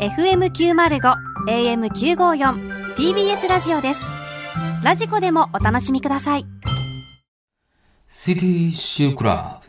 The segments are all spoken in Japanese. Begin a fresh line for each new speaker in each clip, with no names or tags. FM905 AM954 TBS ラジオですラジコでもお楽しみください
シティシュークラ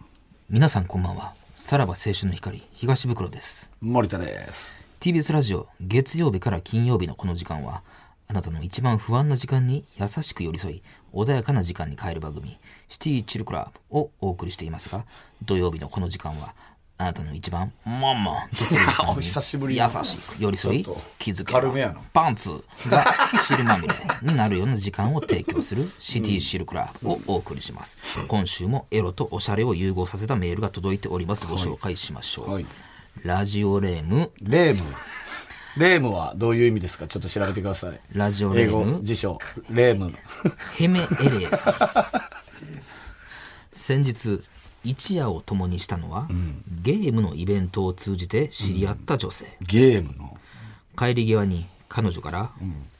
ブ皆さんこんばんはさらば青春の光東袋です
森田です。
TBS ラジオ月曜日から金曜日のこの時間はあなたの一番不安な時間に優しく寄り添い穏やかな時間に変える番組「シティチルクラブ」をお送りしていますが土曜日のこの時間はあなたの一番マンマンとする時
お久しぶ
間に
り
優しく寄り添い
ちょっと
気づ
軽め
け
や
ば
な
パンツが汁まみれになるような時間を提供する「シティシルクラブ」をお送りします今週もエロとおしゃれを融合させたメールが届いておりますご紹介しましょう、
はい
ラジオレーム
レーム。レームはどういう意味ですかちょっと調べてください。
ラジオネ
英
ー
語
ム
辞書、レーム。
ヘメエレーさん先日一夜を共にしたのは、ゲームのイベントを通じて知り合った女性、
ゲームの。
帰り際に彼女から、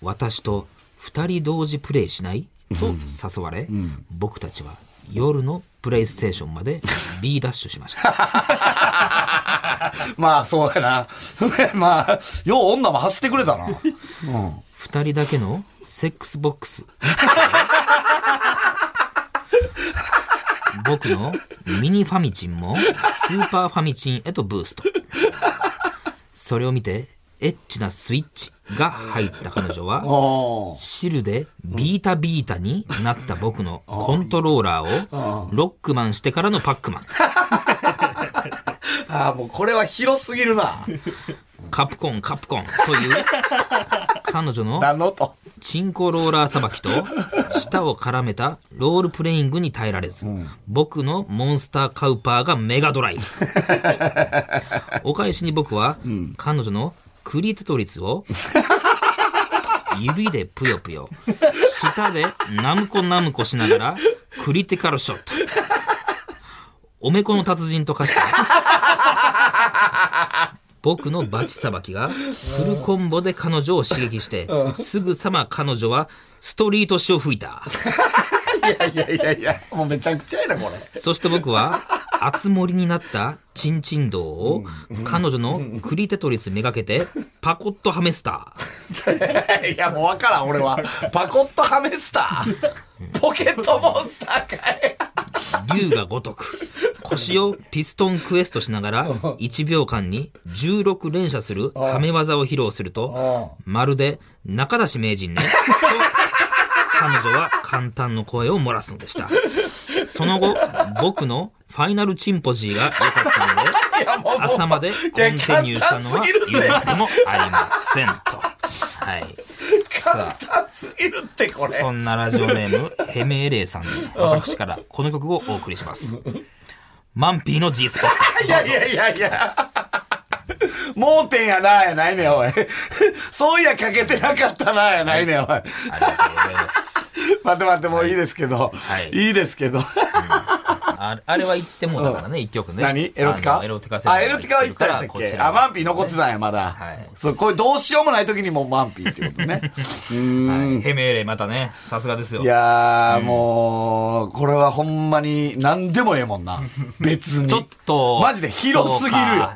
私と2人同時プレイしないと誘われ、僕たちは夜のプレイステーションまで B ダッシュしました
まあ、そうやな。 まあ、よう女も走ってくれた な。
2人だけのセックスボックス僕のミニファミチンもスーパーファミチンへとブーストそれを見てエッチなスイッチが入った彼女は
おー
汁でビータビータになった僕のコントローラーをロックマンしてからのパックマン
ああ、もうこれは広すぎるな。
カプコンカプコンという彼女 の
何のと。
チンコローラーさばきと舌を絡めたロールプレイングに耐えられず僕のモンスターカウパーがメガドライブお返しに僕は彼女のクリテトリスを指でぷよぷよ舌でナムコナムコしながらクリティカルショットおめこの達人と化して僕のバチさばきがフルコンボで彼女を刺激してすぐさま彼女はストリート詩を吹いた
いやいやいやいや、もうめちゃくちゃやな、これ。
そして僕は熱盛りになったチンチン道を彼女のクリテトリスめがけてパコッとハメスター
いや、もうわからん、俺は。パコットハメスタ ー。ポケットモンスターかい。
竜が如く腰をピストンクエストしながら1秒間に16連射するハメ技を披露するとまるで中出し名人ねと彼女は簡単の声を漏らすのでしたその後僕のファイナルチンポジーが良かったので
いや、もうもう
朝までコンティニューしたのは言うでもありませんと。はい。さあ、
簡単すぎるって、これ。
そんなラジオネーム、ヘメエレイさんで、私からこの曲をお送りします。マンピーの G スポッ
いやいやいやいや。盲点やな、やないねん、おい。そういや、かけてなかったな、やないねん、おい。
ト。ありがとうございます。
待って待って、もういいですけ
は
ど。
い
いいですけど。
ああれは言ってもうだからね、一曲ね。
何エロティカ
あのエロティカ
あ、エロティカは言ったんや
ら
ったっ
こち
け
ら
あ、マン
は
ピー残ってたんや、まだ。
はい
そう、これどうしようもない時にもうマンピーってことね。 うーん
はいヘメエレイまたね、さすがですよ
い。やー、もう、これはほんまに何でもええもんな。別に。
ちょっと。
マジで広すぎるよ。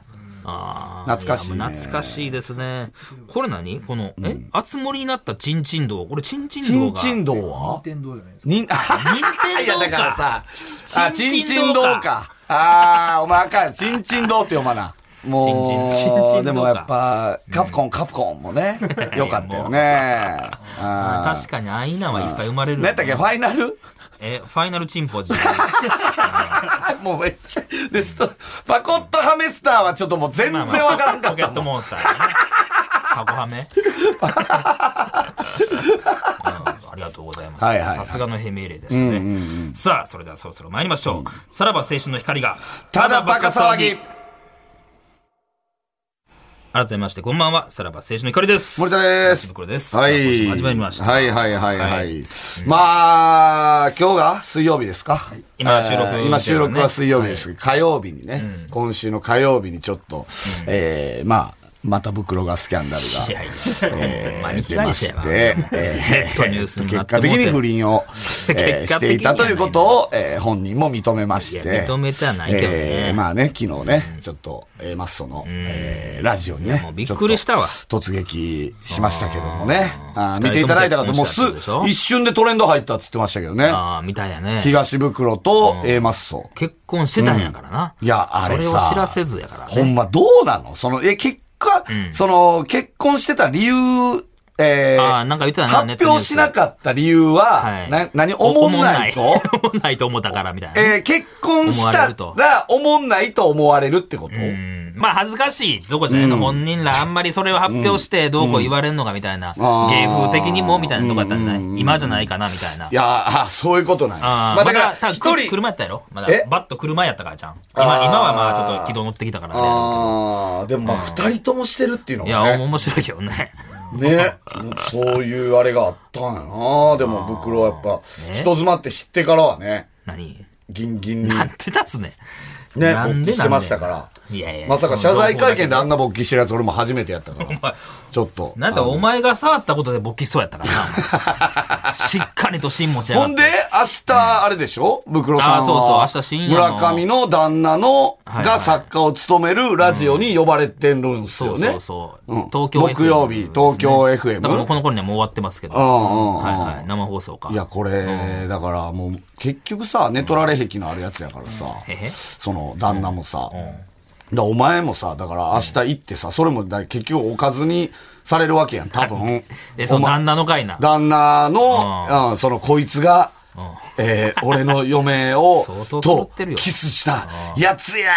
あー。
懐かしいね
やもう懐かしいですね。これ何この、え、熱盛になったチンチン道。これチンチン
チ
道
ン
が。
チン道は任天堂じゃないですか。
任
いや、だ
天堂
から
か。
さ、あ、
チ
チ
ン
ン
チ
チ
ン
ン
ど
ど
う
う
か
か。ああ、お前あかん。チンチンどうって読まな。も
チンチンチンチンどうか
う、でもやっぱ、カプコン、カプコンも ね、よかったよね。
あ
あ
確かにあいなはいっぱい生まれる
ー
よ
何
ね。
やったっけ、ファイナル
え、ファイナルチンポジ。
もうめっちゃ、で、ストパコットハメスターはちょっともう全然わからんか
ポ
っ
ケ
た
ット
もん。
モンスターだね。タコハメ。うんありがとうございます。
はいはいはい
さすがのヘメーレイですね、さあ、それではそろそろ参りましょう。さらば青春の光が、
ただバカ騒ぎ。
改めまして、こんばんは。さらば青春の光です。
森田です
橋袋です。
は
さあ今週
い。
も始まりました。
はいはいはいはい。
はい
まあ、今日が水曜日ですか、
今収録
えー今収録は水曜日です
は
火曜日にね、今週の火曜日にちょっと、えーまあ、また袋がスキャンダル
い
が
やいや、
え
ほん まに
ー
被
出ま
害者
し
やな
て、えー
ネットニュースになっ
結
ても
果
うて
的に不倫を、えー
結
し
果的には
ていたということを、えー本人も認めまし
い
て
や、認めてはないけどね
えーまあね、昨日ね、ちょっと、えーマッソの、えーラジオにね、
もうびっくりしたわ
ちょっと突撃しましたけどもね、
あー
あー見ていただいた方、も
二
うす
人とも結婚したってことでしょ
一瞬でトレンド入ったって言ってましたけどね、
ああ、みたいやね。
東袋と、えーマッソ。
結婚してたんやからな。
うんいやあれさ
それを知らせずやからね。
ほんまどうなのその、え、結果、その、結婚してた理由、えー
あーなんか言ってたなネット
発
ニュー
表
ス
しなかった理由は、
はい
な何、おもんない
おおも
と
んない おもんないと思ったからみたいなね。
えー結婚し
思われ
た
ると
ら、おもんないと思われるってこと、
うんまあ恥ずかしいどこじゃないの、本人らあんまりそれを発表してどうこう言われるのかみたいな、
あー。
芸風的にもみたいなとこやったんじゃない、今じゃないかなみたいない
やあそういうことなんや。
あー
まあだから、
まだ
一
多分
人、
車やったやろまだ
え
バッと車やったからじゃん今
あー
今はまあちょっと軌道乗ってきたからね
ああ、でもまあ二人ともしてるっていうの
いや
がね、
面白いけどね
ね、そういうあれがあったんやな。でも、袋はやっぱ、人妻って知ってからはね、
何
ギンギンに。
なんて立つね
ね、
なん
勃
で
起してましたから。
いやいや
まさか謝罪会見であんな勃起してるやつ俺も初めてやったから。ちょっと。
なんだお前が触ったことで勃起しそうやったから なしっかりと芯持ち
あ
やが
の
っ
ほん
て
で、明日、あれでしょブクロさんは。
あそうそう明日深夜の
村上の旦那の、
はいはい
が作家を務めるラジオに呼ばれてるんです
そ
よ
う
ね。
そうそう、
うん
東京 FM
木曜日東京 FM
だからもうこの頃にはもう終わってますけど、
うんうんうん
はいはい、生放送か
いや、これ、だからもう、結局さ、ネトラレ壁のあるやつやからさ、
へへ
その旦那もさ、だお前もさ、だから明日行ってさ、それもだ結局おかずにされるわけやん、多分。
えその旦那の会な
旦那の、うん、そのこいつが、え ー俺の嫁を
相当狂
と
ってるよ
キスしたやつや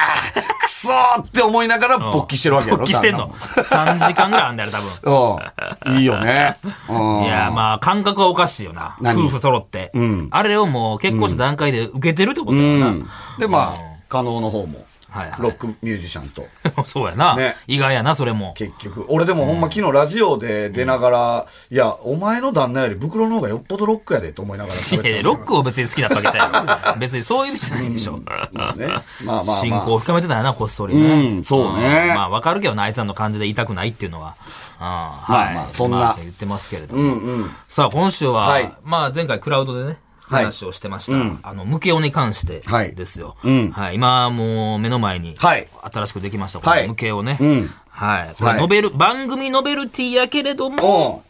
くそーって思いながら勃起してるわけやろ
勃起してんの
旦
?3 時間ぐらいあんだよ、多分。
那もうんいいよね、うん、
いや、まあ、感覚はおかしいよな。
何
夫婦揃って。あれをもう結婚した段階で受けてるってことやな。
でまあ加納の方も
はいはい
ロックミュージシャンと
そうやな、
ね
意外やな、それも。
結局俺でもほんま昨日ラジオで出ながら、いやお前の旦那より袋の方がよっぽどロックやでと思いながら
い
喋っ
やいや
て
ロックを別に好きだったわけじゃないよ。別にそういう意味じゃないでしょ。
ました ねまあまあまあ
信仰を深めてたよな、こっそりね。
うんそうね
んまあ、わかるけどな、あいつらの感じで痛くないっていうのは。うんはい。
まあそんな
まあ言ってますけれども。
うんうん
さあ、今週は、
はい
まあ前回クラウドでね、
はい
話をしてました。あの、ムケオに関して
はい
ですよ。
うん
はい。今、もう目の前に、
はい
新しくできました、
はい
このムケオね。
うん
はい。これ
はい
ノベル、番組ノベルティやけれど
おう
も、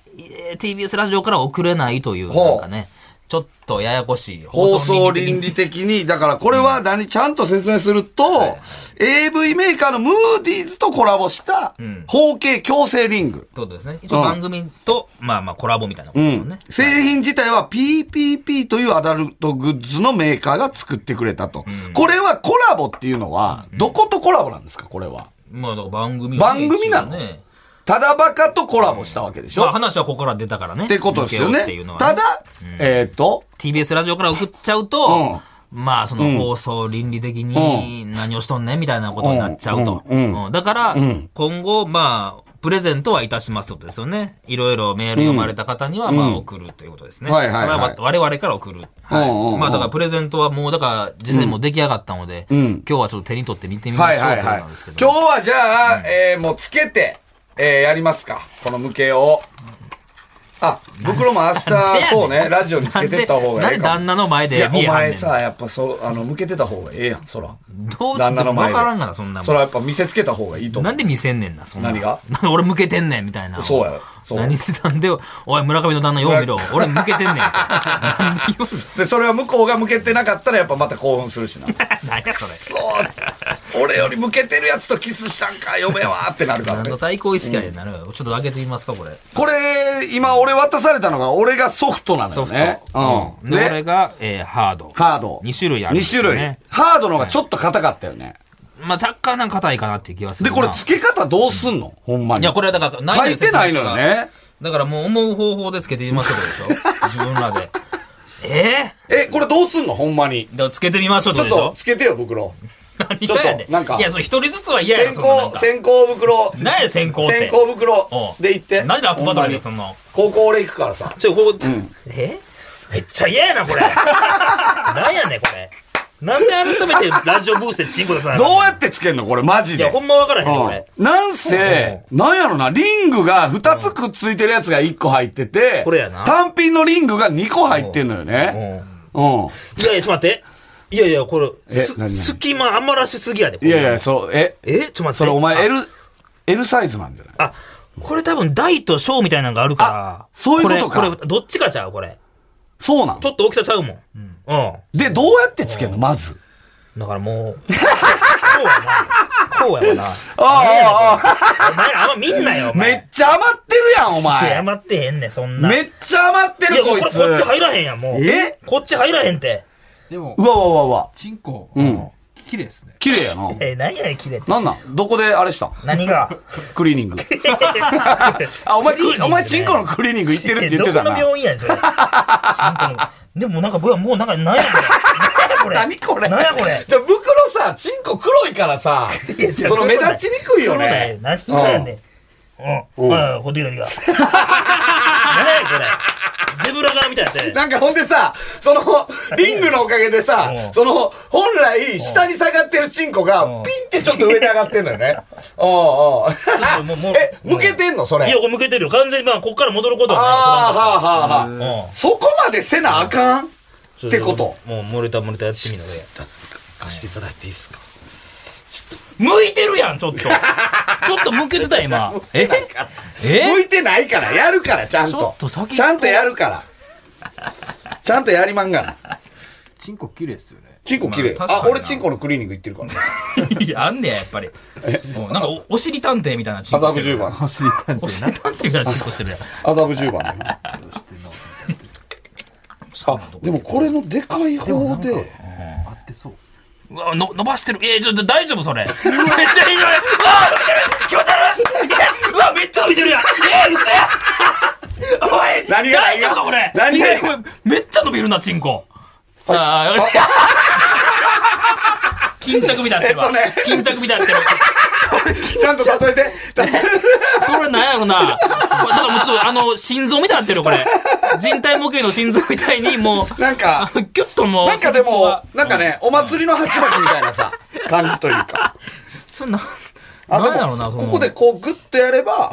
えー TBS ラジオから送れないという、
ほう
なんかね、ちょっとややこしい。
放送倫
的
理的に、だからこれは何、ちゃんと説明すると、AV メーカーのムーディーズとコラボした、包茎矯正リング。
ということですね。一応番組と、まあまあコラボみたいなことですよね。
製品自体は PPP というアダルトグッズのメーカーが作ってくれたと。これはコラボっていうのは、どことコラボなんですかこれは。
まあだから番組をね
番組なの
一応ね
ただバカとコラボしたわけでしょ、
まあ話はここから出たからね。
ってことですよ
ムケ
ね
オっていうの。はね
ただ、えっ、と、
TBS ラジオから送っちゃうと、まあその放送倫理的に何をしとんねんみたいなことになっちゃうと。うんだから、今後、まあ、プレゼントはいたしますってことですよね。いろいろメール読まれた方には、まあ送るということですね。
はいはいはい
これ我々から送る。は
うんうんう
い。
ん
まあだからプレゼントはもう、だから実際にもう出来上がったので、今日はちょっと手に取って見てみま
は
しょ
い
うと
はいいう
こと
はい
なんですけ。ど。
今日はじゃあ、えーもうつけて、えーやりますか。この無形を。あ、袋も明
なんでやね
日、
ん
そうね、ラジオにつけてった方が
なん
い
でなん
い
で
か
旦
も。
那の前
い
で
や、
見
お
えはんね
前
ん
さ、やっぱそう、あの、向けてた方がええやん、そら。
どう
旦那の前
わ
で
からんがな、そんなもん
そらやっぱ見せつけた方がいいと思
な
う。
んで見せんねんな、そんな。
何が
なんで俺向けてんねん、みたいな。
そうやろそう
何で、なんで、おい、村上の旦那よう見ろ。俺向けてんねん って。なんで言
で、それは向こうが向けてなかったらやっぱまた興奮する しな。そう
うの何やそれ。
俺より向けてるやつとキスしたんか、嫁はってなるから
何。の対抗意識やねんなる。ちょっと開けてみますか、これ。
これ、今俺渡されたのが、俺がソフトなの
ソ
よ
フ
ね。
ト。
うん。
で、こ
で
れが、えーハード。
ハード。
二種類あるんですよね
二種類。ハードの方がちょっと硬かったよね。
まあ、若干なんか硬いかなっていう気がす
で、
るな。
これ付け方どうすんの、ほんまに。
いや、これはだから、
書いてないのよね。
だからもう思う方法でつけてみましょう ってことでしょ。自分らで。え
え、これどうすんのほんまに。
ー、だからつけてみましょうっ
ち
て
ょ
こ
っ
とでし
と
ょ。
つけてよ、袋。
何
ちょっ
が
と
やね
なんか
いや、それ一人ずつは嫌やろそ
先
んななん
行、
か
先行袋。
何や先行って。
先行袋
おう
で行って。
なんでラップバトルやねん
ほ
そ
んまに
んな。
高校俺行くからさ。
ちょ、ここ、えめっちゃ嫌やな、これ。なんやねん、これ。なんで改めてラジオブースでチンコ出さない
どう
の
やってつけんのこれ、マジ
いや、
で
ほ。んまわからへんね、これ。
うんなんせ、なんやろな、リングが2つくっついてるやつが1個入ってて、
これやな
単品のリングが2個入ってんのよね。うん。
いやいや、ちょっと待って。いやいや、これ、
え
す
何何
隙間余らしすぎやで、こ
い
れ
やいや、そう、え、
え、ちょっと待って。
それお前
あ
L、L サイズなんじゃない
あ、これ多分大と小みたいなのがあるから
あ。そういうことか
これ、これどっちかちゃうこれ。
そうなん
ちょっと大きさちゃうもん。うん。
で、どうやってつけんのまず。
だからもう、こうやな。こうやわな。
ああ、あ
お前らあんま見んなよ、お
あ、めっ
前。
ちゃ余ってるやん、お
いや
前。
余ってへんねん、そんな。
めっちゃ余って
いや、
る、
こ
こ
れ
い
こっ
つ。
ち入らへんやん、もう。
え
こっち入らへんって。
でも
う、わうわうわうわ。
チンコ、
ん
綺麗ですね。
綺麗やな。
え、何やねん、切れて。
なんなんどこであれしたん
何が
クリーニング。 あ、お前
クリーニング、ね
お前、チンコのクリーニング行ってるって言ってた
どこ
な
の。病院やねん、それ。チンコのでもなんか、僕はもうなんか、何やこ れ。
何これ
何やこれ。
じゃあ、袋さ、チンコ黒いからさ、
いやじゃあ
その目立ちにくいよね。
黒だよ何がやねん。うん。うん。ホテルが。何やこれ。ゼブラ柄みたい やって。
なんかほんでさ、その、リングのおかげで
う
さ
ん、
その、本来、下に下がってるチンコ
う
が
ん、
ピンってちょっと上に上がってんのよね。おうおう
ちょっともうもう
え、向けてんのそれ。
いや、これ向けてるよ。完全に、まあ、こっから戻ること
ああ、
は
はあはあ
ない。あ
はあ。そこまでせなあかん
うん。
ってこと
もう、漏れた漏れたやってみるので。
貸していただいていいですか
向いてるやん、ちょ っと。ちょっと向けてた、今。ええ
向いてないから、やるから、ちゃんと。
と先っぽ
ちゃんとやるから。ちゃんとやりまんがな。
チンコ綺麗ですよね。
チンコ綺麗。
まあ確
あ
か、にな
俺チンコのクリーニング行ってるから。
いや、あんねや、やっぱり。もうなんかお、お尻探偵みたいなチンコ
麻
し
布
て
十
る
番。
お尻探
お
偵
尻探偵みたいなチンコしてるやん。
麻布十番だな。あ、でもこれのでかい方で。
合ってそう。
うわ、の伸ばしてる。えー、ちょっと大丈夫それ。めっちゃいいじゃないうわー、気持ち悪い痛いうわ、めっちゃ伸びてるやん。えー、嘘やおい、
何が
大丈夫か、これ。
何が
いやこれめっちゃ伸びるな、チンコ。ああー、わかった。 巾着みたいになってる
え
わ
っとね。
巾着みたいになってる。
ちゃんと例えて。
これなんやろな。これなんかもうちょっと、あの、心臓みたいになってるよ、これ。人体模型の心臓みたいに、もう。
なんか、
ギュッともう。
なんかで
ここ
も
が、
なんかね、お祭りの鉢巻きみたいなさ、感じというか。
そんな、
あ、
なんやろ
で
な、
も、
そ
こ
の
こでこうグッとやれば、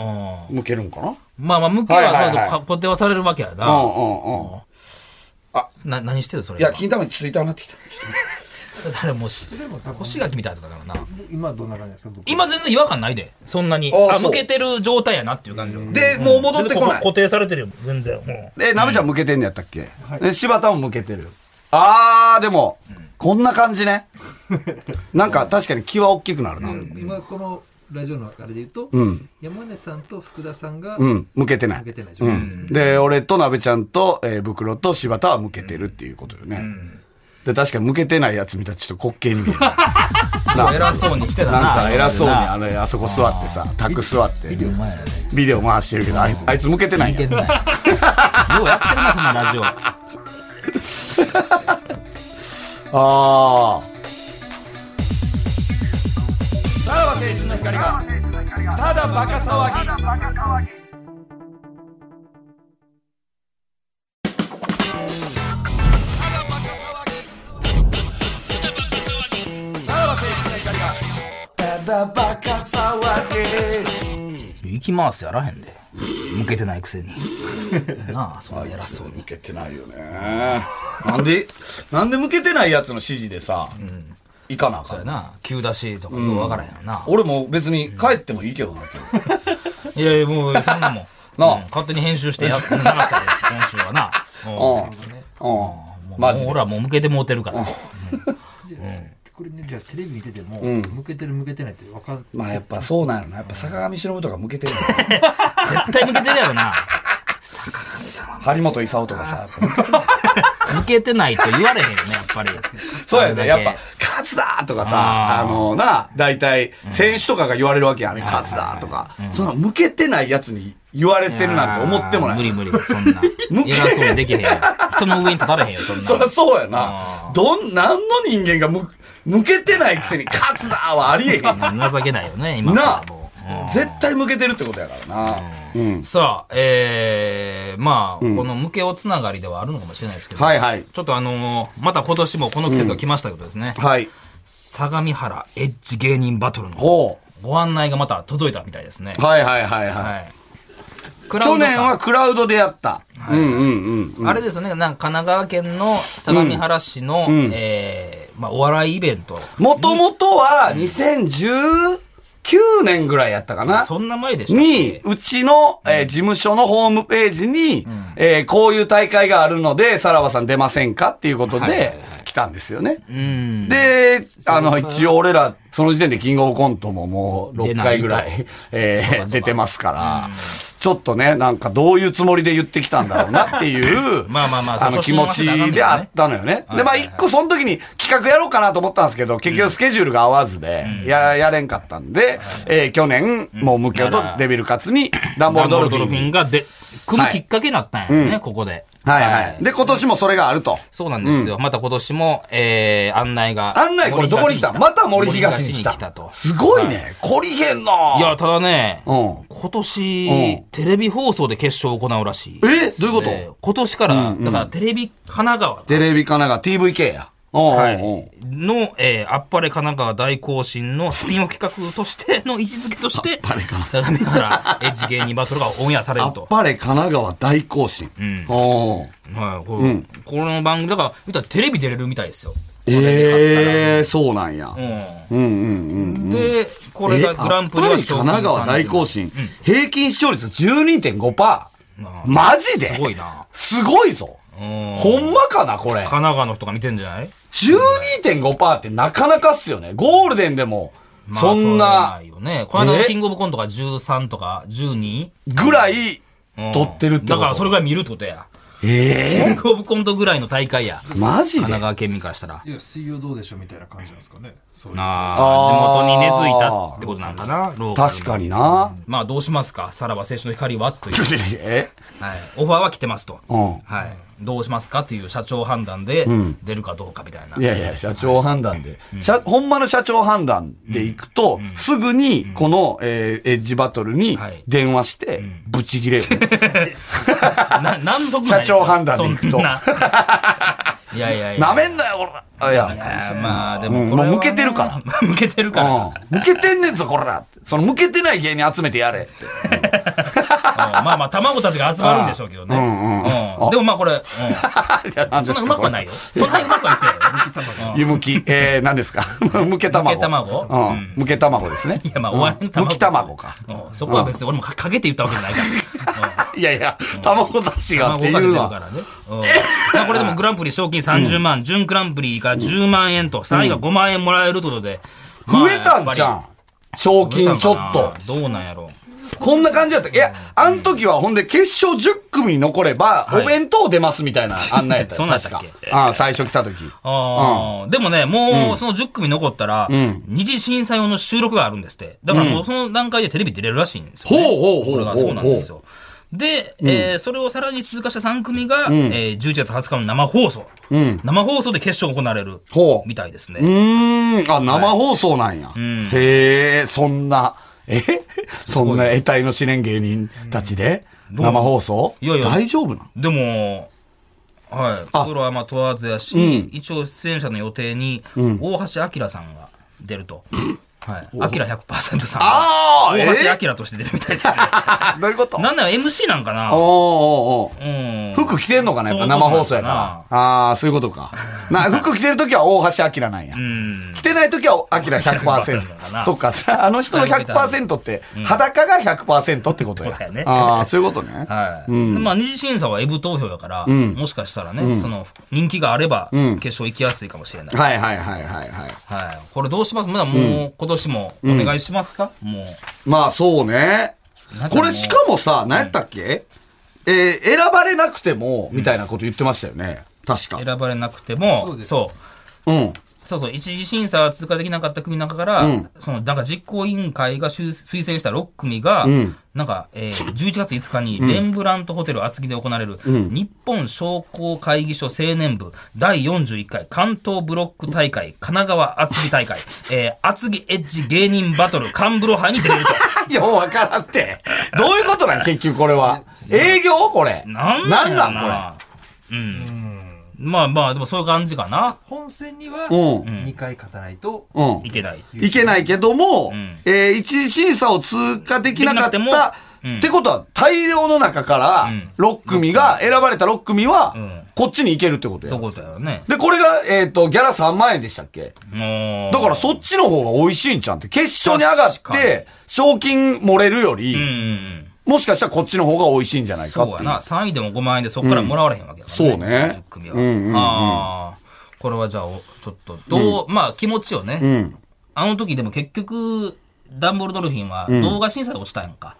う
向けるんかなうん
んまあまあ、向き
はいはい
は、
は
そ
いう
そう、固定はされるわけや
う
な。
んうん。
な、何してるそれ。
いや、金玉についたなってきた。
誰もうし、干し柿みたいだったからな。
今どんな感じですか僕
今全然違和感ないで。そんなに。
あ
あ、
そう
向けてる状態やなっていう感じ。
で、もう戻ってこない。
固定されてるよ、全然。うん
え、なべちゃん向けてんのやったっけ、え柴田も向けてる。あー、でも、こんな感じ ね。なんか確かに気は大きくなるな。う
今このラジオのあれで言うと、
ん。
山根さんと福田さんが
う
向
ん、向けてない
け。てない状
う
態です。
ん。で、俺となべちゃんと、えー、袋と柴田は向けてるっていうことよね。で、確かに向けてないやつ見たらちょっと滑稽に見え る。
偉そうにしてた
なん
な。
か偉そうにあれ、あそこ座ってさ、タック座って。ビデオ回してる。けど、あいあいつ向けてないやん。
ようやってるな、そのラジオ。
ああ。さらば青春の光が、ただバカ騒ぎ。
行き回すやらへんで。向けてないくせ に。なあ、そんな偉そうに。
向けてないよね。なんで、なんで向けてないやつの指示でさ、行かなあか
そうや
ん。
な。急出しとかようわからへんよな。
俺も別に帰ってもいいけどな。
いやいや、もう、そんなもん。
なあ
うん勝手に編集してやっ、流 したで、今週はな。うん
うん。うん。
もう
マジで。
俺はもう向けてもうてるから。
これね、じゃあテレビ見てても、向けてる向けてないって分かん
まあやっぱそうなんやろな。やっぱ坂上忍とか向けてるよ
絶対向けてる やろな。
張本勲とかさ、やっぱ向けて
向けてないと言われへんよね、やっぱり。
そうやね。やっ
あ
ぱ
れだ、
勝つだとかさ、
あ
あのな、大体、選手とかが言われるわけやね。勝つだとか。そんな向けてないやつに言われ
け
てるなんて思ってもない。
無理無理、そんな。
け
偉そうにできへんよ。人の上に立たれへんよ、そ んな。
そりゃそうやな
あ。
どん、なんの 人間がむ、向けてないくせに勝つなはありえへん。
情けないよね、今
なあ
もう。
絶対向けてるってことやからな。
さあ、えー、まあ、この無形をつながりではあるのかもしれないですけど、
はいはい
ちょっとあのーまた今年もこの季節が来ましたけどですね、
はい。
相模原エッジ芸人バトルの
ほ
ご案内がまた届いたみたいですね
う。。はいはいはいはい。
はい。クラウ
去
ド
年は
か、
クラウドでやった。うんうんうん。
あれですよね、なんか神奈川県の相模原市の、えーまあ、お笑いイベント。
もともとは2019年ぐらいやったかな。
そんな前でしたっけ
に、うちの、えー事務所のホームページに、えーこういう大会があるので、さらばさん出ませんかっていうことで、来たんですよね。
うん。
で、あの、一応俺ら、その時点でキングオブコントももう6回ぐら、
出ない
えー出てますから、ちょっとね、なんかどういうつもりで言ってきたんだろうなっていう
、まあまあまあ
の気
そう
持
初
ち
心忘れなあかんけどね
であったのよね。で、まあ一個その時に企画やろうかなと思ったんですけど、結局スケジュールが合わずで、や、やれんかったんで、えー去年、もう無形とデビルカツに、ダンボール
ダンボ
ド
ー
ル
ル
フ
ドルフ
ィ
ィ
ン。
ンがで組むきっかけになったんやね、ここで。
はいはい。で、今年もそれがあると。
そうなんですよ。また今年も、えー、案内が。
案内これどこに来たまた森東に来た。
森東と。
すごいね。懲りへんなぁ
いや、ただね、
うん
今年、テレビ放送で決勝を行うらしい。
えどういうこと
で今年から、だからテレビ神奈川
テレビ神奈川 TVK や。おうおうおう
の、えー、あっぱれ神奈川大行進のスピンオフ企画としての位置づけとして、相模原エッジ芸人バトルがオンエアされ
あ
る
っ
と。
ぱれ神奈川大行進。おう
はい、これ、この番組、だから、言ったらテレビ出れるみたいですよ。
ええー、そうなんや。
う
うんうんうん。
ん。で、これがグランプリ
えあっぱ
は
れ神奈川大行進。平均視聴率12.5%。
あ
マジです
ごいな。
すごいぞ。
うん。神
ほんまかな、これ。
奈川の人が見てんじゃない
12.5%ってなかなかっすよね。ゴールデンでも、
まあ
そんな
取れいよね。この間の
え
キングオブコントが13とか 12?
ぐらい
うん
取ってるってこと。
だからそれぐらい見るってことや。
え
キングオブコントぐらいの大会や。
えマジ
神
で
奈川県民からしたら。
いや、水曜どうでしょうみたいな感じなんですかね。そういう。
な
あ
あ
ー
地元に根付いたってことなんかな、ローカルの
確かにな。
まあどうしますか、さらば青春の光はという、
え
はい、オファーは来てますと、
うん
はい、どうしますかという社長判断で出るかどうかみたいな、
いやいや、社長判断で。社ほんまの社長判断で行くと、すぐに、この、えーエッジバトルに
はい
電話して、ブチギレる。
ななんともないです
社長判断でいくと
そんな いやいやいや、
なめんなよ、俺ら。い
い
や、
やまあで
う
も
ん
これはね、、
もう向けてるから
向けてるから、う
う
ん
ん。向けてんねんぞ、こら。その、向けてない芸人集めてやれって。
まあまあ、卵たちが集まるんでしょうけどね、
うんうん
でもまあこれ、うん
いや何で
そ
す
んな
か
うまくはないよ、そんなうまくはいってないよ、
湯むき。えー、何ですか むけ卵。
むけ卵
う
うん
ん。むけ卵ですね。
いやまあお笑いの卵
むき卵か。
うんそこは別に俺もかかけて言ったわけじゃないから。うん
いやいや、卵たちがってい
卵
うの
が
は。
出てるからね。うん、これでもグランプリ賞金30万、準グランプリが10万円と、3位が5万円もらえるということで。まあ
増えたんじゃ
やっ
ん。賞
ぱり
金ちょっと。
どうなんやろ
こんな感じだった。いや、あの時はほんで決勝10組に残れば、
い
お弁当出ますみたいな案内やった
そ
よ。
うなんだっ
確
け
か。ああ、最初来た時。
あーでもね、もうその10組残ったら、二次審査用の収録があるんですって。だからもうその段階でテレビ出れるらしいんですよ、ね。
ほうほうほうほう
これがそうなんですよ。で、えーそれをさらに通過した3組が、えー11月20日の生放送。生放送で決勝が行われる
ほ。う
みたいですね。
うーん、あ、生放送なんや。へえ、そんな、 えそんな得体の試練芸人たちで、生放送
いやいや
大丈夫なの
でも、はい、
あ
プロはまあ問わずやし、一応出演者の予定に、大橋明さんが出る と。はい。明100%さんが。
あーえー
大橋明として出るみたい ですね。
あ、どういうこと
なんなら MC なんかな
おーおーおー
うん。
服着てんのかなやっぱ
そういうこ
生
と
放送やから。ああ、そういうこと か。な、服着てる時は大橋明なんや。
うん。
着てない時は、アキラ
かな
100%。そっか、じゃあ、あの人の100%って、裸が100%ってことや
そうだよね。
ああ、そういうことね。
はい。まあ、二次審査はエブ投票だから、もしかしたらね、その、人気があれば、決勝行きやすいかもしれない。
はいはいはいはいはい。
はい。これどうしますまだもう、今年もお願いしますか、もう。
まあ、そうね
なん。かもう
これしかもさ、何やったっけえー、選ばれなくても、みたいなこと言ってましたよね。確か。
選ばれなくても、
そうです
そう。
うん。
そうそう、一次審査は通過できなかった組の中から、その、なんか実行委員会が推推薦した6組が、なんか、えー、11月5日にレンブラントホテル厚木で行われる、日本商工会議所青年部第41回関東ブロック 大会神奈川厚木大会、えー、厚木エッジ芸人バトルカンブロ杯に出れると。
ようわからんって。どういうことなん結局これは。営業これ。
なん
な
なんん
なん
これ。うん。まあまあ、でもそういう感じかな。
本戦には
うん
2回勝たないと、
これ。うん
い。けない。
いけないけども、
ん
えー一次審査を通過できなかっ
できな
た
く。てもうん
ってことは、大量の中から
うん、
6組が、選ばれた6組は
うん、
こっちに行けるってことや。
そういうことやよね。
で、これが、えっ、と、ギャラ3万円でしたっけ
もう
だからそっちの方が美味しいんちゃうんって、決勝に上がっ
確か
て、賞金漏れるより、
うんうんうん。
もしかしたらこっちの方が美味しいんじゃないか
そ
っていう
や
う。
な。3位でも5万円でそこからもらわれへんわけやから、
うんそうね
10組は。
うんうんうん
ああ。これはじゃあ、おちょっと、どう、まあ気持ちをね、
うん。
あの時でも結局、ダンボールドルフィンは動画審査で落ちたやんか。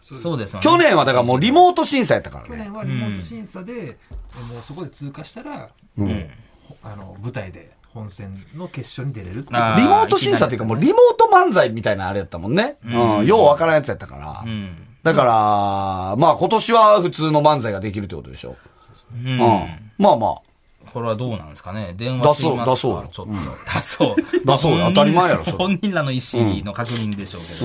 そうですよね。
去年はだからもうリモート審査やったから
去
ね。
年はリモート審査で、もうそこで通過したら、ほあの舞台で本戦の決勝に出れるっていう
あ
リモート審査っていうかもうリモート漫才みたいなあれやったもんね。うん。ようわからんやつやったから。
うん。
だから、まあ今年は普通の漫才ができるってことでしょ。
う
うんん。まあまあ。
これはどうなんですかね電話してみますか
出そう出そうよ
ちょっと。出そう。
出そうよ
本人
当たり前やろそれ
本人らの意思の確認でしょうけど。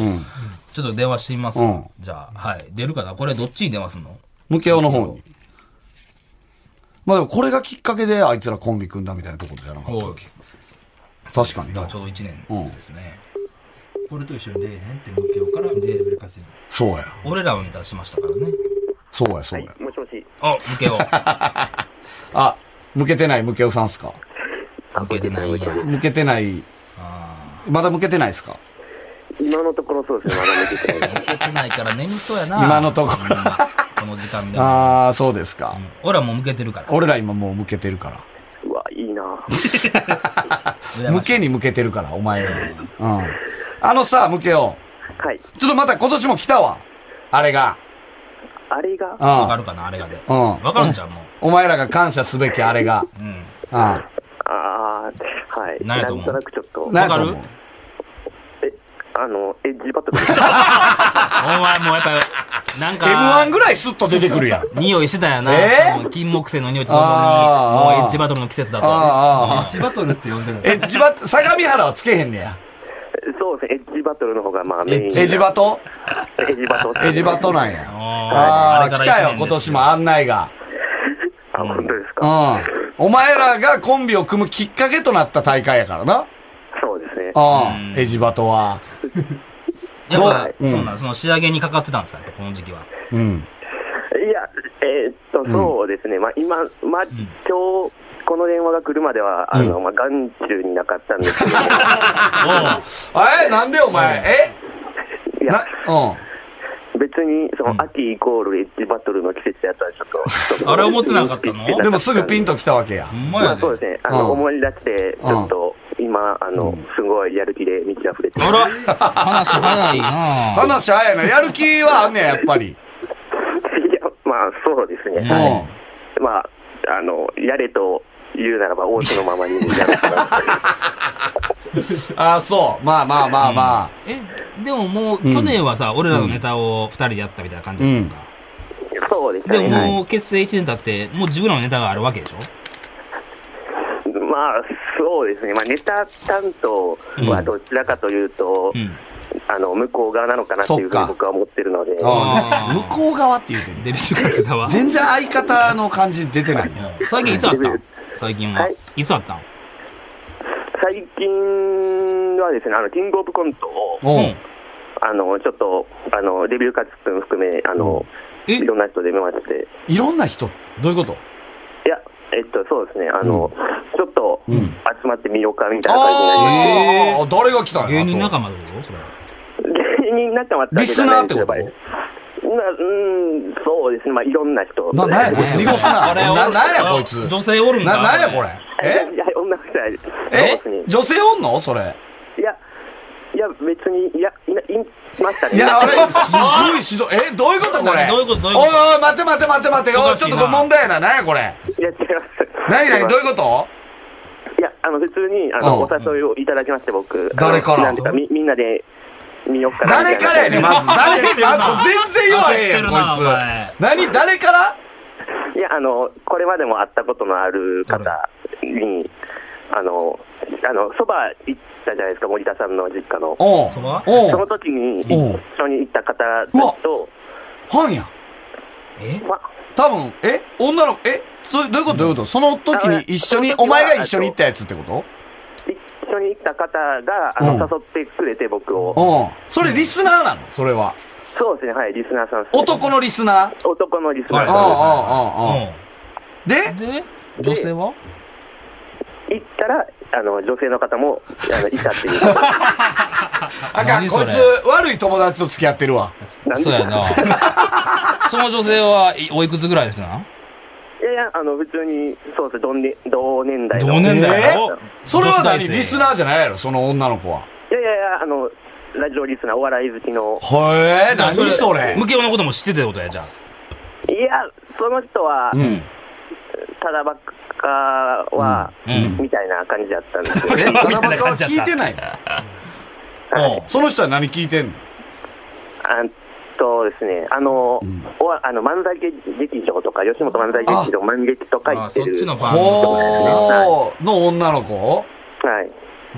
ちょっと電話してみますか
うん
じゃあ、はい。出るかなこれどっちに出ますの
向けよの方に。まあでもこれがきっかけであいつらコンビ組んだみたいなところじゃなかっ
おう
た。確かに
だから
な
ち。ょうど1年ですね。
これと一緒に出えへんって向けようからレベル稼ぎ
そうや。
俺らをネタしましたからね。
そうや、そうや。
もしもし。
あ、向けよう。
あ、向けてない向けよさんっすか
向けてないやん。
向けてない。まだ向けてないっすか
今のところそうですね、まだ見ててない。
向けてないから眠そうやな。
今のところ。
この時間でも。
ああ、そうですか。
俺らもう向けてるから。
俺ら今もう向けてるから。
うわ、いいな
羨ま
向
しい
けに向けてるから、お前より。うん。あのさ、向けよ
はい。
う。ちょっとまた今年も来たわ。あれが。
あれが、
う
わか
ん。
るかなあれがで。
うん
わかるんじゃん、も
お前らが感謝すべきあれが。
う。うん。
うん。
ああ、はい。
何や
な
と思
ん
う
となくちょっと、
何や
か
と
る
思う
え、あの、エッジバトル です。
お前もうやっぱ、なんか、
?M1 ぐらいスッと出てくるやん。
匂いしてたよな。
えー
多分金木犀の匂いとともに、
あー
もうエッジバトルの季節だと。
ああ、ああ。
エッジバトルって呼んでるんで
エッジバト、相模原はつけへんねや。
そうですね、エッジバトルの方がまあメイン。
エ
エッジバト
トエッジバトル。
エッジバトなんや。
あー
あ
あ
あ、
れ
来
から一年
たよ、今年も案内が。
あ、本当です
う
か。
ん。お前らがコンビを組むきっかけとなった大会やからな。
そうですね。
うん。エジバトは。
やっぱ、
うん
そうなん、その仕上げにかかってたんですか、やっぱこの時 期は。
うん。
いや、えーっと、そうですね、まあ今、まあ、今日、この電話が来るまでは、あの、まあ、眼中になかったんですけど、
え、なんでお前、え
いや
な、うん。
別に、その、秋イコールエッジバトルの季節やったら、ちょっと。
あれ思ってなかったの
でもすぐピン
と。
ときたわけや
ほ。んま
ま
や
あ、
で
そう。ですね、あの、
うん
思い出して、ちょっと、今、あの、すごいやる気で満ち溢れてます
あ ら、話早いなぁ。
話早いな。やる気はあんねや、やっぱり。
いや、まあ、そうですね。
うん。
は
あ
まあ、あの、やれと言うならば、大手のままにやるから。
あ、そう。まあまあまあまあ。
え、でももう、去年はさ、俺らのネタを二人でやったみたいな感じだったんですか。
そうです
でも
ね。
もう結成1年経って、もう自分らのネタがあるわけでしょ
まあ、そうですね。まあ、ネタ担当はどちらかというと、
うん。
あの、向こう側なのかなっていうふう
そっか
に僕は思ってるので、
あ
あ
向こう側って言うてる。
デビュー活動は。
全然相方の感じ出てないや。
最近いつあったん最近は
はい。
いつあったん
最近はですね、あの、キングオブコントを、
おう
うん
あの、ちょっと、あの、レビュー活動含め、あの、
え
いろんな人で見まして、
いろんな人、どういうこと
いや、えっと、そうですね、あの、ちょっと、集まってみようかみたいな感じになりまして
ああ、誰が来たんや。
芸人
あと
仲間ってことそれは。
芸人になってまった
リスナーってこと
まあ、うん、そうですね。まあ、いろんな人。
な、なんやこいつ。濁すな。
あれ
な、なんや
あ
こいつ。
女性おるんか
な、なんやこれ。え
いや、女の人は
え
そうですね
女性おんのそれ。
いや、いや、別に、いや、いな、いましたね。
いや、あれ、すごい指導。え、どういうことこれ
どういうことどういうこと
おいおい、待て待て待て待て。おい、ちょっとこれ問題やな。何やこれ。
いや、違います。
何
い
何
や
どういうこと
いや、あの、普通に、あ
う
の、
ん
お誘いをいただきまして、僕。
誰から
あのなんていうみ、みんなで見よっかな。
誰からやねん、まず。誰、あ、全然言わへんやん、こ
焦ってるない
つ。何誰から
いや、あの、これまでも会ったことのある方に、あの、あの、そば行ったじゃないですか、森田さんの実家の。
おう
そば
お
そうの時に、一
おう
緒に行っ方だと、
ファンや。
え
ま、
多分、え女の、えそれどういうことどういうことその時に一緒に、
あの
お前が一緒に行ったやつってこと
一緒に行った方が、あの、
うん
誘ってくれて僕を。
うん。それリスナーなのそれは。
そうですね、はい、リスナーさんですね、
男のリスナー。
男のリスナー
うん
さん。
うんうんうん。で、
で女性は
行ったら、あの、女性の方も、あの、いたっていう。
あかん、
何
こ
そ
い
れ
つ悪い友達と付き合ってるわ。
なん
そう
で
やなその女性はいおいくつぐらいの人なん
いやいや、あの、普通に、そうです、同年同年代の。
同年代
え
の
ーそれは
女
何
子大生
リスナーじゃないやろその女の子は。
いやいやいや、あの、ラジオリスナー、お笑い好きの。
へえ、何それ
ム。ケオのことも知ってたってことやじゃあ
いや、その人は、
うん。
ただばっかは、みたいな感じだったんですよ
え、
ね。
ただバカは聞いてないの
はい
その人は何聞いてんの
あとですね、あの、おわあの漫才劇場とか、吉本漫才劇場、漫劇とか行
あ
って
そっ
る。
ちの
は
ファン
ほーの女の子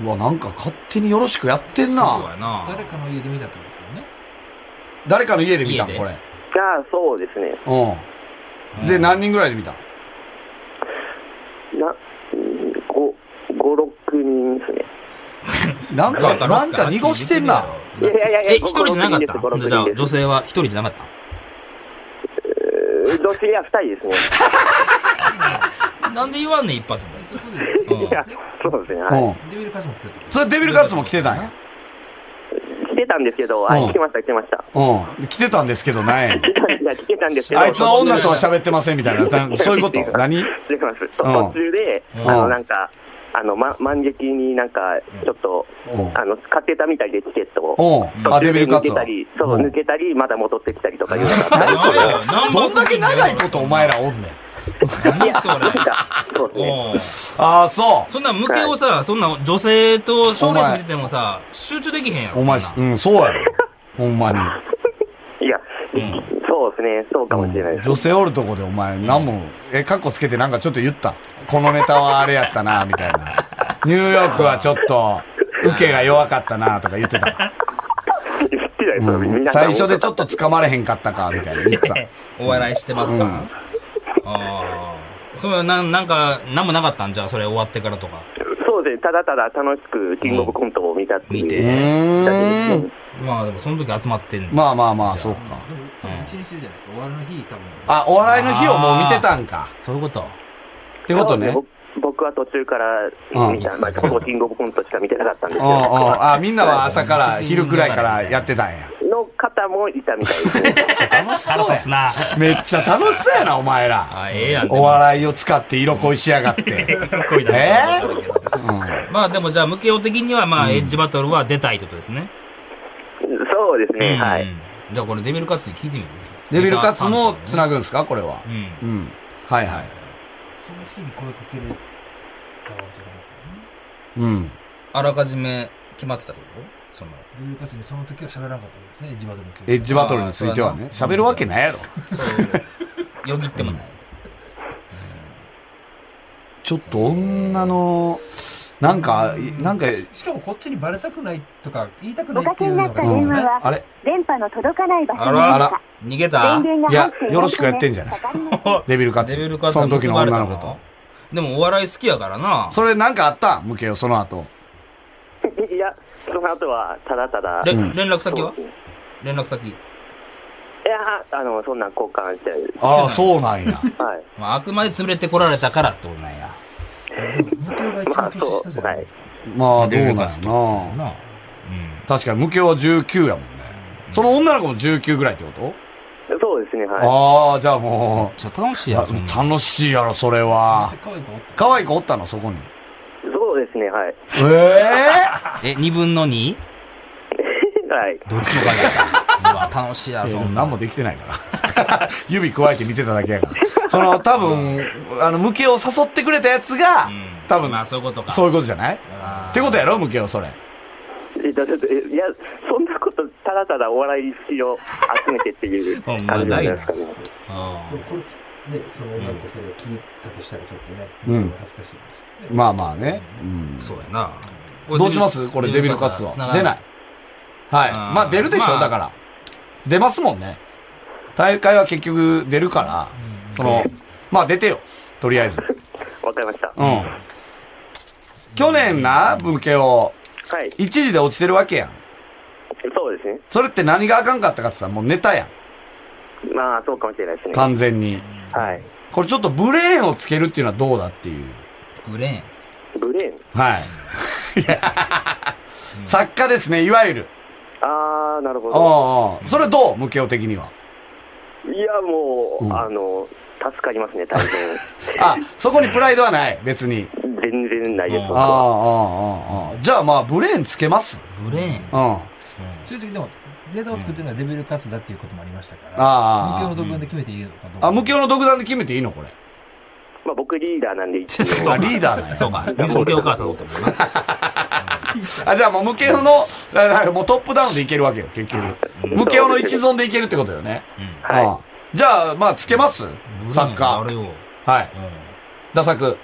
い。
うわ、なんか勝手によろしくやってん
そう
な。
やな
誰かの家で見たってことですよね
誰かの家で見たの
家で
これ。
じゃあ、そうですね。
うん。で、何人ぐらいで見たの
な、うんご五六人ですね。
なんか、なんか濁してんな。
いやいやいやいや、
え、一人じゃなかった
5 6人です
じゃあ
5 6人で
女性は一人じゃなかった
す女性は二人です
なんで言わんねん一発で
ね。 いや、そうですね。は
う
い。
ん。
デビルカズも来てるってこと
それデビルカツも来てたんや。
来てたんですけど、あ、
うん
来てました、来て ました。
うん。来てたんですけど ね。
いや、来てたんですけど。
あいつは女とは喋ってませんみたい な。なそういうこと何
違います。途中で、
ん
あの、なんか、あの、ま、満劇になんか、ちょっと、
うん
あの、買ってたみたいでチケットを。
うん。あ、デ
途
ビ
中で
ルカ
抜
ツ
け
は
た。り、そう、
うん
抜けたり、まだ戻ってきたりとかいうのが
何それ
何番
どんだけ長いことお前らおんねん。
何それ
そうですね。
おう
ああ、そ
そんなムケオさそんな女性と賞レース見ててもさ集中できへんや
う。
ろ
お前、うん、そうやろ。ほんまに。
いや、そうですね。そうかもしれないです。
女性おるとこでお前、何も、え、カッコつけてなんかちょっと言った。このネタはあれやったな、みたいな。ニューヨークはちょっと、受けが弱かったな、とか言ってた。
言ってないです
うん
皆さん
最初でちょっと掴まれへんかったか、みたいな言ってた。
お笑いしてますか、ああそうなんなんか何もなかったんじゃあそれ終わってからとか
そうですね。ただただ楽しく、キングオブコントを見たってい
見
う。
う
て
ーん。
まあでもその時集まってんの
まあまあまあ、そうか。
でも多分一日いるじゃないですか終わりの日多分
あ、お笑いの日をもう見てたんか。
そういうこと
ってことね。うんうん。
僕僕は途中から見た、まあ、ちょっとキングオブコントしか見てなかったんですけど、
あ、みんなは朝から、昼くらいからやってたんや。
の方もいたみた いですね。
楽しそう
腹
や
立 つ。な
めっちゃ楽しそうやな、お前ら。
あええやん
お笑いを使って色恋しやが って。
恋だ
え
なまあでもじゃあムケオ的にはまあエッジバトルは出たいってことですね
そうですね、は
う
い。
んじゃあこれデビルカツに聞いてみるんですよ
デビルカツも
つな
繋ぐんすかこれは
う。ん
うん。はいはい。
その日に声かけれたわけじゃなかったよね
うん。
あらかじめ決まってたってことその
デビルカズにその時は喋らなかったんですねエッジバトルについ
エ
て
ッジバトルについてはね。
あーそうやな
喋るわけないやろ。
よぎってもない、
ちょっと女の、なんか、なんか、
しかもこっちにバレたくないとか言いたくないっていうのが、うん、
うんあれ
電波の届かない場
あ
所に
ら
あら
逃げた
電源
い
が
や
入ってい、ない
よろしくやってんじゃない
ため
デビルカツ。
デビルカツ
そ
は
の時の
結ばれ
女
た
のこと。
でもお笑い好きやからな
それなんかあったムケよ、その後。
いや、その後は、ただただ、
れ
い
連絡先
や
は、連絡先、
あの、そんなん交換してないで
ああ、そうなんや。
す。はい。
まあ、あくまで潰れてこられたからってことなんや
向こうが一番年下じゃないですか、
まあ、どうなんや
デビ
な。
な
確かに、ムケは19やもんね。その女の子も19ぐらいってこと、
そうですね、は
ああ、じゃあも、
じゃあ楽しいうや
あ
ろそんな
楽しいやろ、それは。
可愛い子おった
可愛い子おったの、そこに。
い。そうですね、はい。
え え
え2分の 2?
はい。
どっちも かなうわ楽しいやろ
い
そ
や
ん
で
な
も何もできてないから。 指加えて見てただけやから。その、多分、あの、ムケを誘ってくれたやつが、
うん
多分、
まあそういうことか
そういうことじゃない
あー
ってことやろ、ムケを、それ。
えだってえいや、そんなこと、ただただお笑い好きを集めてっていう
ほんま
感じな
なんい
で
な
すかね。
で
うん
もこれねその女の子それを聞いたとしたらちょっとね、
うん
恥ずかしいかもしれない
まあまあね。うん
そうやな
どうしますこれ、デビルカツは。出ない。はい。
あー
まあ、出るでしょ、
まあ
だから。出ますもんね。大会は結局出るから、その、まあ出てよ。とりあえず。
わかりました。
う
は
ん。去年な、文系を、
い。
1時で落ちてるわけやん。
そうですね。
それって何があかんかったかってさ、もうネタやん。
まあ、そうかもしれないですね。
完全に。
はい。
これちょっとブレーンをつけるっていうのはどうだっていう。
ブレーン。
ブレーン。
はい。作家ですね、いわゆる。
あー、なるほど。
ああ、それどう無形的には。
いや、もう、
うん
あの、助かりますね、大
あ、そこにプライドはない、別に。
変。全然ないです、
うん
僕
ああ、あ
は。
あ、ああ。じゃあまあ、ブレーンつけます
ブレーン。
うん。あ
正直でもデータを作ってるのはレベルカツだっていうこともありましたから無形の
あ。
独断で決めていいのかどうか
あ、無形の独断で決めていいのこれ。
まあ、僕リーダーなんで一応。
あ、リーダ ーだよ。
そうか。みそけお母さんだったもんな。
あ、じゃあもう無形の、だからなんかもうトップダウンでいけるわけよ、結局。無形の一存でいけるってことよね。
はい
ああじゃあ、まあ、つけます 作家
あ。れを。
はい。打作。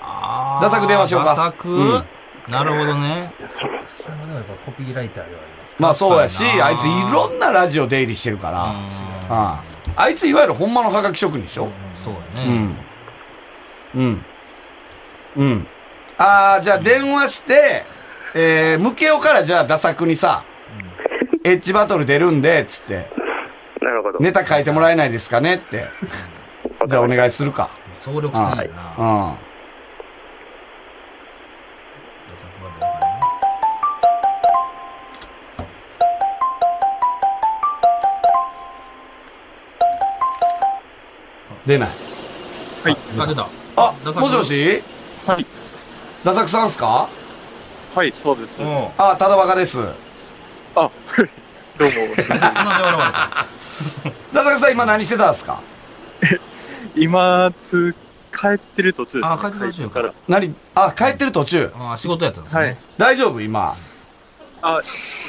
あー
打作電話しようか
打作、
うん
なるほどね。
さんはでもやっぱコピーライターではあります
まあそうやし、
確か
あい
に
つ
ない
ろんなラジオ出入りしてるから、
うん
あああいついわゆるほんまのハガキ職人でしょ
そう
う
やね。
ん。うん。うん。ああ、じゃあ電話して、えー、ムケオからじゃあダサくにさ、エッジバトル出るんで、つって、
なるほど。
ネタ書いてもらえないですかねって。じゃあお願いするか。
総力
うん。う
戦
ん
やな。打作はどうかな。
出ない。
あ、出た。
あ、
ダサく
もしもし
はい。
ダサくさんっすか
はい、そうです。あ、
も
あ、ただバカです。
どうも。
う、今で笑われた。
ダサくさん今何してたんすか
今、つ、帰ってる途中です、
あ帰ってる途中か
から。
何あ、帰ってる途中。
あー仕事やったんです
は
ね
い。。
大丈夫今。
あ、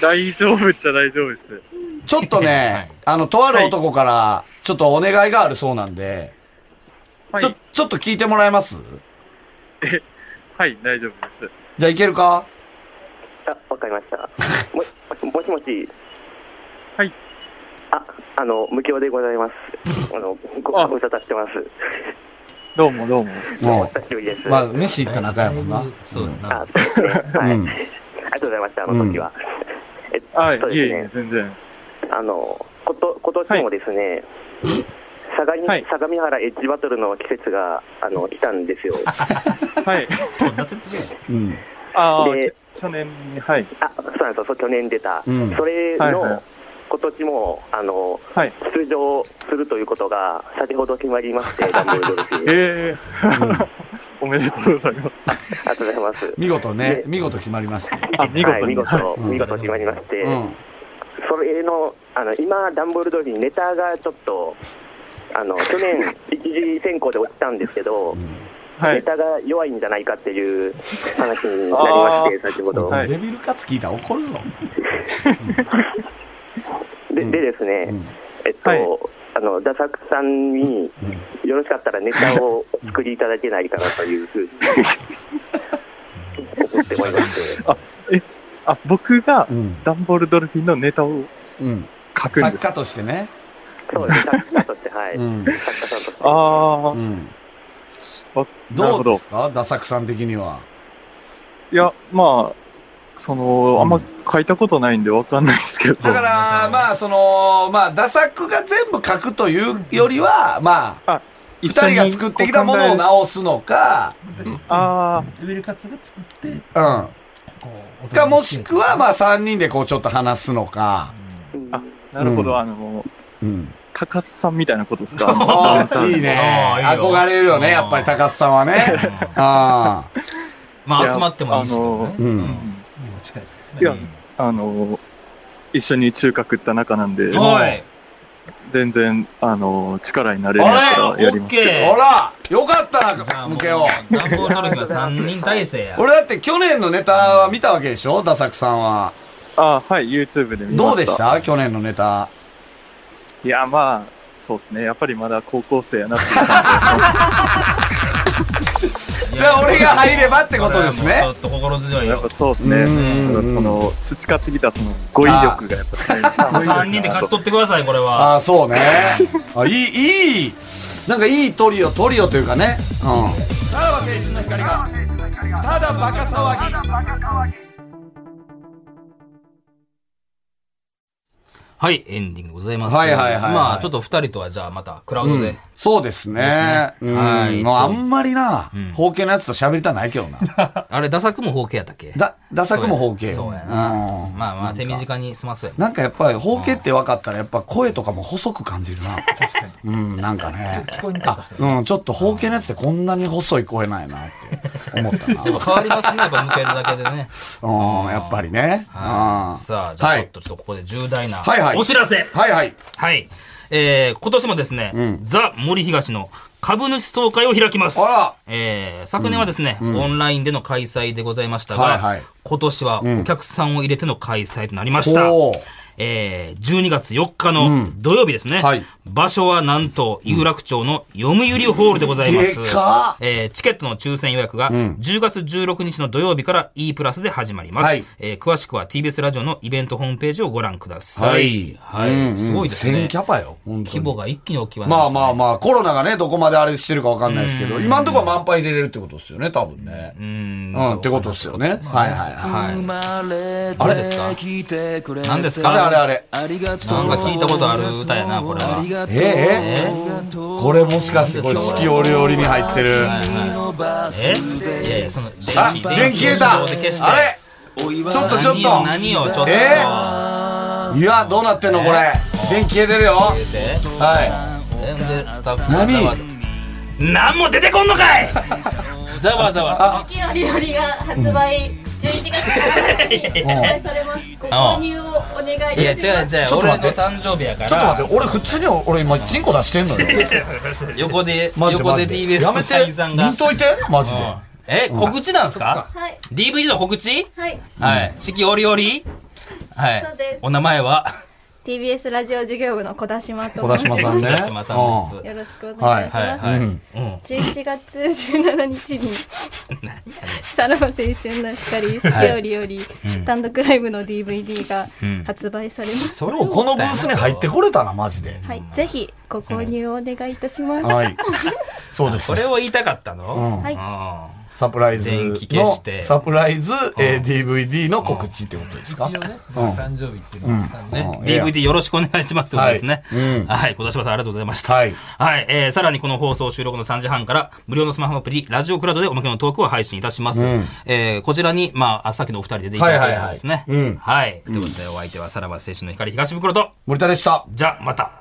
大丈夫っちゃ大丈夫です。
ちょっとね、
はい
あの、とある男から、ちょっとお願いがあるそうなんで、
は
ちょ
い。、
ちょっと聞いてもらえます
はい、大丈夫です。
じゃあいけるか
あ、わかりました。 ももしもし。
はい。
あ、あの、無教でござい ます。あの、ご
あ
ご無沙汰してます。
どうもどうも。
も
お久しぶりです。
う、まあ、飯行った仲やもんな。
そうやな
あ、。そうですね。はい。
うん
ありがとうございました、あの時は。えっ
はい、
そう
いえい
で
え、
すね。
全然。
あの、こと、今年もですね、相模
はい
相模原エッジバトルの季節が、あの、来たんです よ。
はい。
どんな説明
うん。
あー
で
去去年に、はい。
あ、そうなんですよ、そう去年出た。
うん
それの、
はいはい
今年も、あの、
はい。
出場するということが、先ほど決まりま して、ダンブルドルフィン
ええ おめでとうござ
あ
います。
りがとうございます。
見事ね
ね、
見事決まりました。
あ、見事
はい、見
に。
事、
うん
見事決まりまして、
うん。
それの、あの、今、ダンボール通りにネタがちょっと、あの、去年、一時選考で落ちたんですけど、
は
ネ
い。
タが弱いんじゃないかっていう話になりまして、先ほど。
はい
デビルカツ聞いたら怒るぞ。
ででですね、
うん
えっと、
はい
あの、ダサクさんに、よろしかったらネタをお作りいただけないかなという ふうに思っておりまして、
あ、僕が
うん。
ダンボールドルフィンのネタを
うん。
書くん
作
です。
家としてね。
そうです、作家として、はい。
うん。
作家さんとして。
あ
うん。
あ、わなる
ど
ほ
うで
ど
す。かダサくさん的には。
いや、まあ、その、あんま書いたことないんでわかんないですけど。
だから、まあ、その、まあ、ダサくが全部書くというよりは、まあ、二
一緒
人
に
が作ってきたものを
こう考
直すのか、
えあ
レベルカツが作って
うん。
こう
か、もしくは、まあ、3人でこう、ちょっと話すのか。
あ、なるほ
う
ど、
ん
あの、
うん。
高須さんみたいなことで すか。
ああ、いい
あ
ね。
あいいよ
憧れるよね、やっぱり高須さんはね。 ああ。
ま
い
あ
や
集まってもいいしとかね。
あのーうん
でも近いですからね
いや、あの、一緒に中華食った仲なんで、
おい
全然、あの、力になれるやつ
オ
はやりま
ッ
すけ
ケ
ほ
ー
らよかった
じゃあ
な、
もう、
向け
ダ
よ
ンボールトロフィーは3人体制や。
俺だって去年のネタは見たわけでしょダサクさんは。
ど。あはい、YouTube で見ました。
どうでした去年のネタ。
いや、まあ、そうですね。やっぱりまだ高校生やなっていう
ら俺が入ればってことです
ちょ
ね。
っと心強い
やっ
よ
ぱそうですね。
うん
その、培ってきたその語彙力がやっぱり。
3人で勝ち取ってくださいこれは
ああ、そう ね。あ、いい、いい、なんかいいトリオ、トリオというかね。うん。さらば青春の光が、ただバカ騒ぎ。
はいエンディングでございます
はいはいはいはい
まあちょっと2人とはじゃあまたクラウドで
そうですね。う
はい
ん。もうあんまりな、包茎のやつと喋りたないけどな。
あれダサくも包茎やったっけ
だ、ダサくも包茎。
そうやな
うん
まあまあ手短に済まそうや
なんかやっぱり包茎って分かったらやっぱ声とかも細く感じるな。うん、なんかね。
聞こえにくかった
あ
っす、
うん、ちょっと包茎のやつってこんなに細い声なんやなって思ったな。
でも変わりますねやっぱ抜けるだけで ね
うん、やっぱりね。
は
はい
さあじゃあ
はい
ちょっとちょっとここで重大な
はいはい
お知らせ
い。はいはい。
はいえー今年もですね、ザ・森東の株主総会を開きます。
あら
えー昨年はですね、オンラインでの開催でございましたが、
はいはい
今年はお客さんを入れての開催となりました。
ほう。
えー、12月4日の土曜日ですね、
はい
場所はなんと有楽町の読売ホールでございます、
でか
えーチケットの抽選予約が10月16日の土曜日から E プラスで始まります、
はい
えー詳しくは TBS ラジオのイベントホームページをご覧ください、はい
うんうん
すごいですね
1000キャパよ。本当
規
に
模が一気に大きくなり
まあ
ま
まあまあ、コロナがね、どこまであれしてるかわかんないですけど、今んところは満杯入れれるってことですよね、多分ね。
うん
うん、ってことですよね。はいはいはい。
はい
あれ
ですか
来てくれて
何です
あれあれ
か
あれ。
ありがとう
なんか聞いたことある歌やなこれは
えーえーこれもしかして、これ四季折々に入ってる。
えいやいやその電
あ、
気
電気消え
を
た。
自動で消して
あれちょっとちょっ
何よ
と。
何よちょっと、
えいや、どうなってんのこれ。電気消えてるよ。
で
は
えでスタッフが
何
ざわざ何も出てこんのかい ざわざわ
好きな料理が発売11月からに発売されます。ご購入をお願いいたします。
いや違う違う
ょっと
俺の
待って
誕生日やから
い。ちょっと待って、俺普通に俺今、チンコ出してんの よ。
横で
マジで
横
マジ
で
でや
TBS の
め
社員
て
さん
見
が
んといてマジで
え告知なんすか
はい
DVD の告知
はい。
はい四季折々はい
そうです
お名前は
TBS ラジオ事業部の小田島と
小田
申し
島
ます。
さんね
田島さんです
よろしくお願いします。
はいはい
うん
うん
11月17日にさらば青春の光四季折より単独ライブの DVD が発売されます、
それ
もうこのブースに入ってこれたなマジで
はい、ぜひご購入をお願いいたします、
はいそうです
それを言いたかったの
はい
うん
サプライズ
電気消
の
して
サプライズ、えー DVD の告知ってことですか
一応ね、まあ誕生日っていうのがあったんで、
ね
うん
DVD よろしくお願いしますってことですね
はいう。ん
はい。小田島さんありがとうございました。
はい
はい、えーさらにこの放送収録の3時半から、無料のスマホアプリ、ラジオクラウドでおまけのトークを配信いたします。えーこちらに、まああ、さっきのお二人で出ていただいたんですね。
はいはいはいうん
はい。ということで、お相手は、さらば青春の光東袋と、
森田でした
じゃあ、また。